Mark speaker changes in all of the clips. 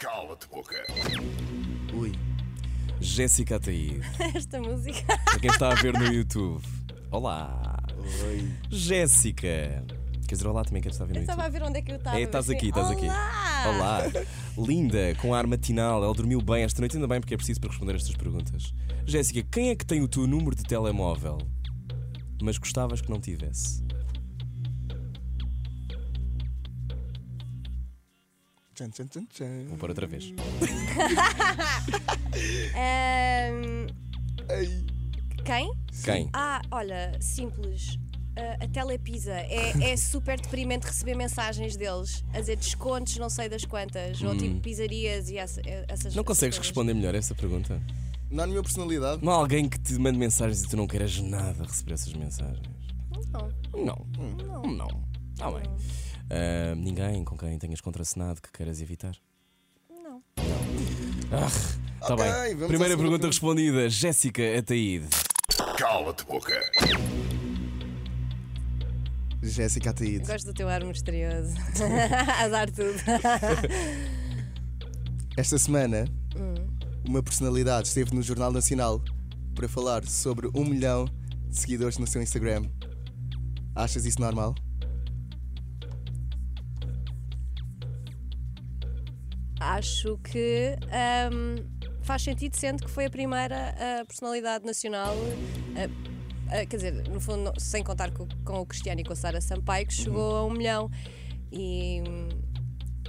Speaker 1: Cala-te, boca.
Speaker 2: Ui. Jéssica Ataíde,
Speaker 3: Esta música.
Speaker 2: para quem está a ver no YouTube. Olá.
Speaker 4: Oi.
Speaker 2: Jéssica. Quer dizer, olá também quem está a ver no
Speaker 3: Eu estava a
Speaker 2: YouTube.
Speaker 3: ver onde é que eu estava.
Speaker 2: É, estás
Speaker 3: assim,
Speaker 2: aqui, estás aqui.
Speaker 3: Olá!
Speaker 2: Olá. Linda, com ar matinal. Ela dormiu bem esta noite, ainda bem porque é preciso para responder estas perguntas. Jéssica, quem é que tem o teu número de telemóvel, mas gostavas que não tivesse?
Speaker 4: Tchan, tchan, tchan, tchan.
Speaker 2: Vou pôr outra vez.
Speaker 3: Ahm,
Speaker 4: Ei.
Speaker 3: quem?
Speaker 2: Quem?
Speaker 3: Ah, olha, simples. Ah, a Telepisa é, é super deprimente receber mensagens deles a dizer descontos, não sei das quantas, ou tipo pizzarias e essa- essas
Speaker 2: Hum. Não consegues
Speaker 3: essas coisas.
Speaker 2: responder melhor a essa pergunta?
Speaker 4: Não há nenhuma personalidade.
Speaker 2: Não há alguém que te mande mensagens e tu não queiras nada receber essas mensagens?
Speaker 3: Não.
Speaker 2: Não. Não. Não. Está bem. Ah, ninguém com quem tenhas contracenado que queiras evitar?
Speaker 3: Não.
Speaker 2: Está
Speaker 4: Ok, vamos à
Speaker 2: bem. Primeira
Speaker 4: segunda
Speaker 2: pergunta
Speaker 4: pergunta.
Speaker 2: respondida, Jéssica é Ataíde.
Speaker 1: Cala-te, boca.
Speaker 4: Jéssica Ataíde.
Speaker 3: Gosto do teu ar misterioso. a dar tudo.
Speaker 4: Esta semana, uma personalidade esteve no Jornal Nacional para falar sobre um milhão de seguidores no seu Instagram. Achas isso normal?
Speaker 3: Acho que ahm, faz sentido, sendo que foi a primeira ah, personalidade nacional, ah, ah, quer dizer, no fundo, não- sem contar co- com, o Cristiano e com a Sara Sampaio, que chegou
Speaker 2: Uhum.
Speaker 3: a um milhão. E,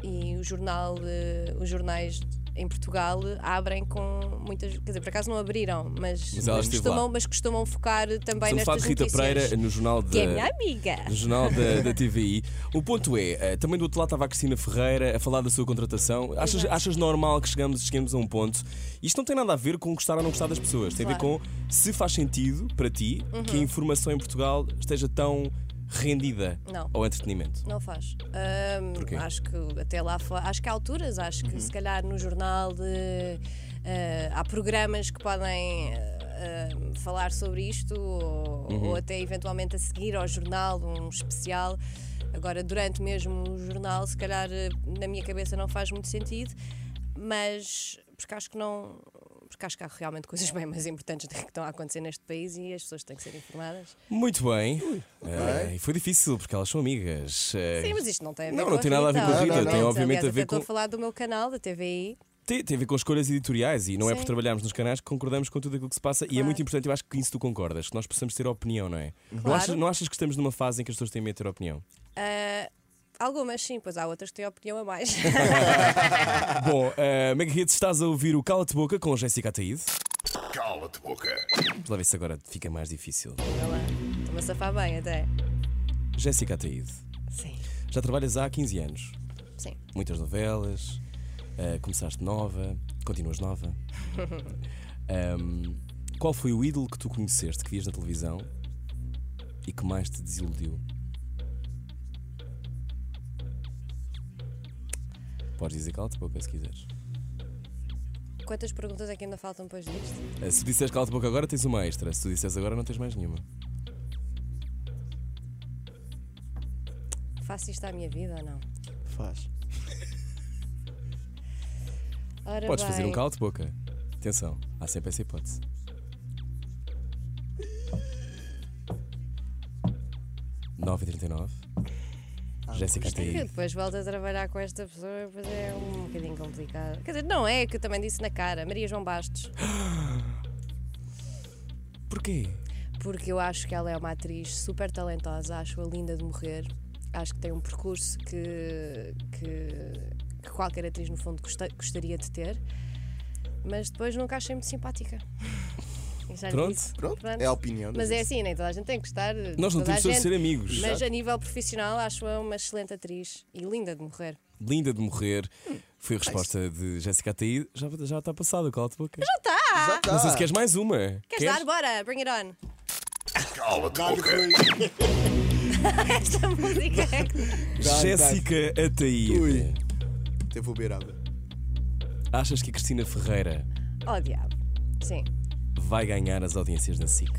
Speaker 3: e o jornal, eh, os jornais em Portugal abrem com muitas. Quer dizer, por acaso não abriram, mas,
Speaker 2: Mas ela esteve
Speaker 3: costumam,
Speaker 2: lá.
Speaker 3: mas costumam focar também
Speaker 2: Estamos a falar
Speaker 3: nestas
Speaker 2: de um Rita
Speaker 3: notícias.
Speaker 2: Pereira no jornal de.
Speaker 3: que é minha amiga.
Speaker 2: no jornal da, da TVI. O ponto é, eh, também do outro lado estava a Cristina Ferreira a falar da sua contratação. Achas, achas normal que chegamos, cheguemos a um ponto? Isto não tem nada a ver com gostar ou não gostar das pessoas. Tem a ver com
Speaker 3: Claro. Uhum.
Speaker 2: se faz sentido para ti que a informação em Portugal esteja tão rendida
Speaker 3: Não.
Speaker 2: ao entretenimento.
Speaker 3: Não faz. Ahm,
Speaker 2: Porquê?
Speaker 3: Acho que até lá fo- acho que há alturas, acho que se calhar no jornal de, ah, há programas que podem ah, ah, falar sobre isto ou, ou até eventualmente a seguir ao jornal um especial. Agora, durante mesmo o jornal, se calhar eh, na minha cabeça não faz muito sentido, mas porque acho que não. Porque acho que há realmente coisas bem mais importantes que estão a acontecer neste país e as pessoas têm que ser informadas.
Speaker 2: Muito bem. Eh, e foi difícil porque elas são amigas. Eh,
Speaker 3: Sim, mas isto não tem a ver
Speaker 2: Não,
Speaker 3: com
Speaker 2: não tem nada a ver com
Speaker 4: Rita,
Speaker 2: a
Speaker 4: tem
Speaker 3: obviamente.
Speaker 2: obviamente
Speaker 3: Aliás,
Speaker 2: a ver
Speaker 3: até estou
Speaker 2: com-
Speaker 3: a falar do meu canal, da TVI.
Speaker 2: Tem, tem a ver com escolhas editoriais e não é por
Speaker 3: Sim.
Speaker 2: trabalharmos nos canais que concordamos com tudo aquilo que se passa e é
Speaker 3: Claro.
Speaker 2: muito importante, eu acho que isso tu concordas, que nós possamos ter opinião, não é? Não,
Speaker 3: Claro.
Speaker 2: achas, não achas que estamos numa fase em que as pessoas têm medo de ter opinião?
Speaker 3: Ah, algumas sim, pois há outras que têm opinião a mais.
Speaker 2: Bom, uh, Mega Hits, estás a ouvir o Cala-te Boca com a Jéssica Ataíde.
Speaker 1: Cala-te, boca.
Speaker 2: Vamos lá ver se agora fica mais difícil.
Speaker 3: Olha lá, Estou-me a safar bem até.
Speaker 2: Jéssica Ataíde,
Speaker 3: Sim,
Speaker 2: já trabalhas há 15 anos,
Speaker 3: sim.
Speaker 2: muitas novelas, uh, começaste nova, continuas nova. Um, qual foi o ídolo que tu conheceste, que vias na televisão e que mais te desiludiu? Podes dizer cala-te boca se quiseres.
Speaker 3: Quantas perguntas é que ainda faltam depois disto?
Speaker 2: Uh, se disseres cala-te boca agora, tens uma extra. Se tu disseres agora, não tens mais nenhuma.
Speaker 3: Faço isto à minha vida ou não?
Speaker 4: Faz.
Speaker 3: Ora
Speaker 2: Podes fazer
Speaker 3: bem.
Speaker 2: um calo de boca. Atenção, há sempre essa hipótese. Nove e trinta e nove. Jéssica
Speaker 3: Isto é que eu
Speaker 2: Ataíde.
Speaker 3: depois volto a trabalhar com esta pessoa, pois é um bocadinho complicado. Quer dizer, não é que eu também disse na cara, Maria João Bastos.
Speaker 2: Porquê?
Speaker 3: porque eu acho que ela é uma atriz super talentosa, acho-a linda de morrer, acho que tem um percurso que, que, que qualquer atriz, no fundo, gosta- gostaria de ter, mas depois nunca achei muito simpática. E já lhe
Speaker 2: Pronto,
Speaker 3: disse.
Speaker 4: Pronto, é a opinião. da
Speaker 3: Mas é
Speaker 4: gente.
Speaker 3: assim, nem toda a gente tem que gostar. de
Speaker 2: Nós não
Speaker 3: toda
Speaker 2: temos
Speaker 3: a
Speaker 2: de
Speaker 3: gente,
Speaker 2: ser amigos.
Speaker 3: Mas a nível profissional, acho-a uma excelente atriz e linda de morrer.
Speaker 2: Linda de morrer.
Speaker 3: Hum.
Speaker 2: Foi a resposta de Jéssica Ataíde. Já, já está passado o calo de boca. Já
Speaker 4: Já tá.
Speaker 2: Não sei se queres mais uma.
Speaker 3: Queres, dar? Bora, bring it on!
Speaker 1: é Cala-te,
Speaker 4: Dá-lhe
Speaker 1: boca.
Speaker 4: Rui.
Speaker 3: Esta música é que.
Speaker 4: Dá,
Speaker 2: Jéssica
Speaker 4: Ui.
Speaker 2: Ataíde.
Speaker 4: Até vou beber água.
Speaker 2: Achas que a Cristina Ferreira
Speaker 3: Oh, diabo. Sim.
Speaker 2: vai ganhar as audiências na SIC?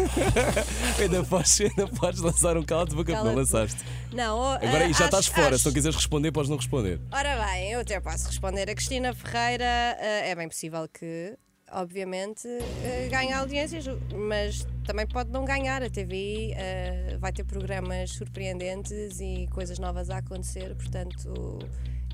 Speaker 2: Ainda podes, ainda podes lançar um cala de boca porque
Speaker 3: Cala-te.
Speaker 2: não lançaste.
Speaker 3: Não, ou,
Speaker 2: Agora aí
Speaker 3: ah,
Speaker 2: já estás
Speaker 3: acho-
Speaker 2: fora.
Speaker 3: acho-
Speaker 2: Se não quiseres responder, podes não responder.
Speaker 3: Ora bem, eu até posso responder a Cristina Ferreira. eh, é bem possível que, obviamente, eh, ganhe audiências, mas também pode não ganhar. A TVI eh, vai ter programas surpreendentes e coisas novas a acontecer, portanto,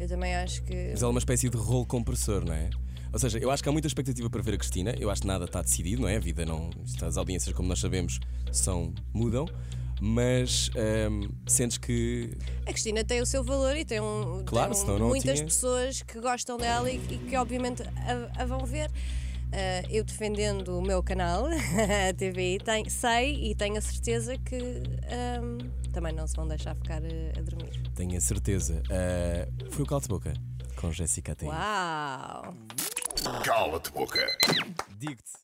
Speaker 3: eu também acho que.
Speaker 2: Mas ela é uma espécie de rolo compressor, não é? Ou seja, eu acho que há muita expectativa para ver a Cristina, eu acho que nada está decidido, não é? A vida não. isto, As audiências, como nós sabemos, são. mudam, mas hum, sentes que.
Speaker 3: A Cristina tem o seu valor e tem, um,
Speaker 2: Claro,
Speaker 3: tem um-
Speaker 2: senão não
Speaker 3: muitas
Speaker 2: tinha.
Speaker 3: pessoas que gostam dela e, e que obviamente a, a vão ver. Ah, eu defendendo o meu canal, a TVI, tem- sei e tenho a certeza que ahm, também não se vão deixar ficar eh, a dormir.
Speaker 2: Tenho a certeza. Ah, foi o cala de boca com Jéssica Tem.
Speaker 3: Uau!
Speaker 1: Cala-te boca.
Speaker 2: Digo-te.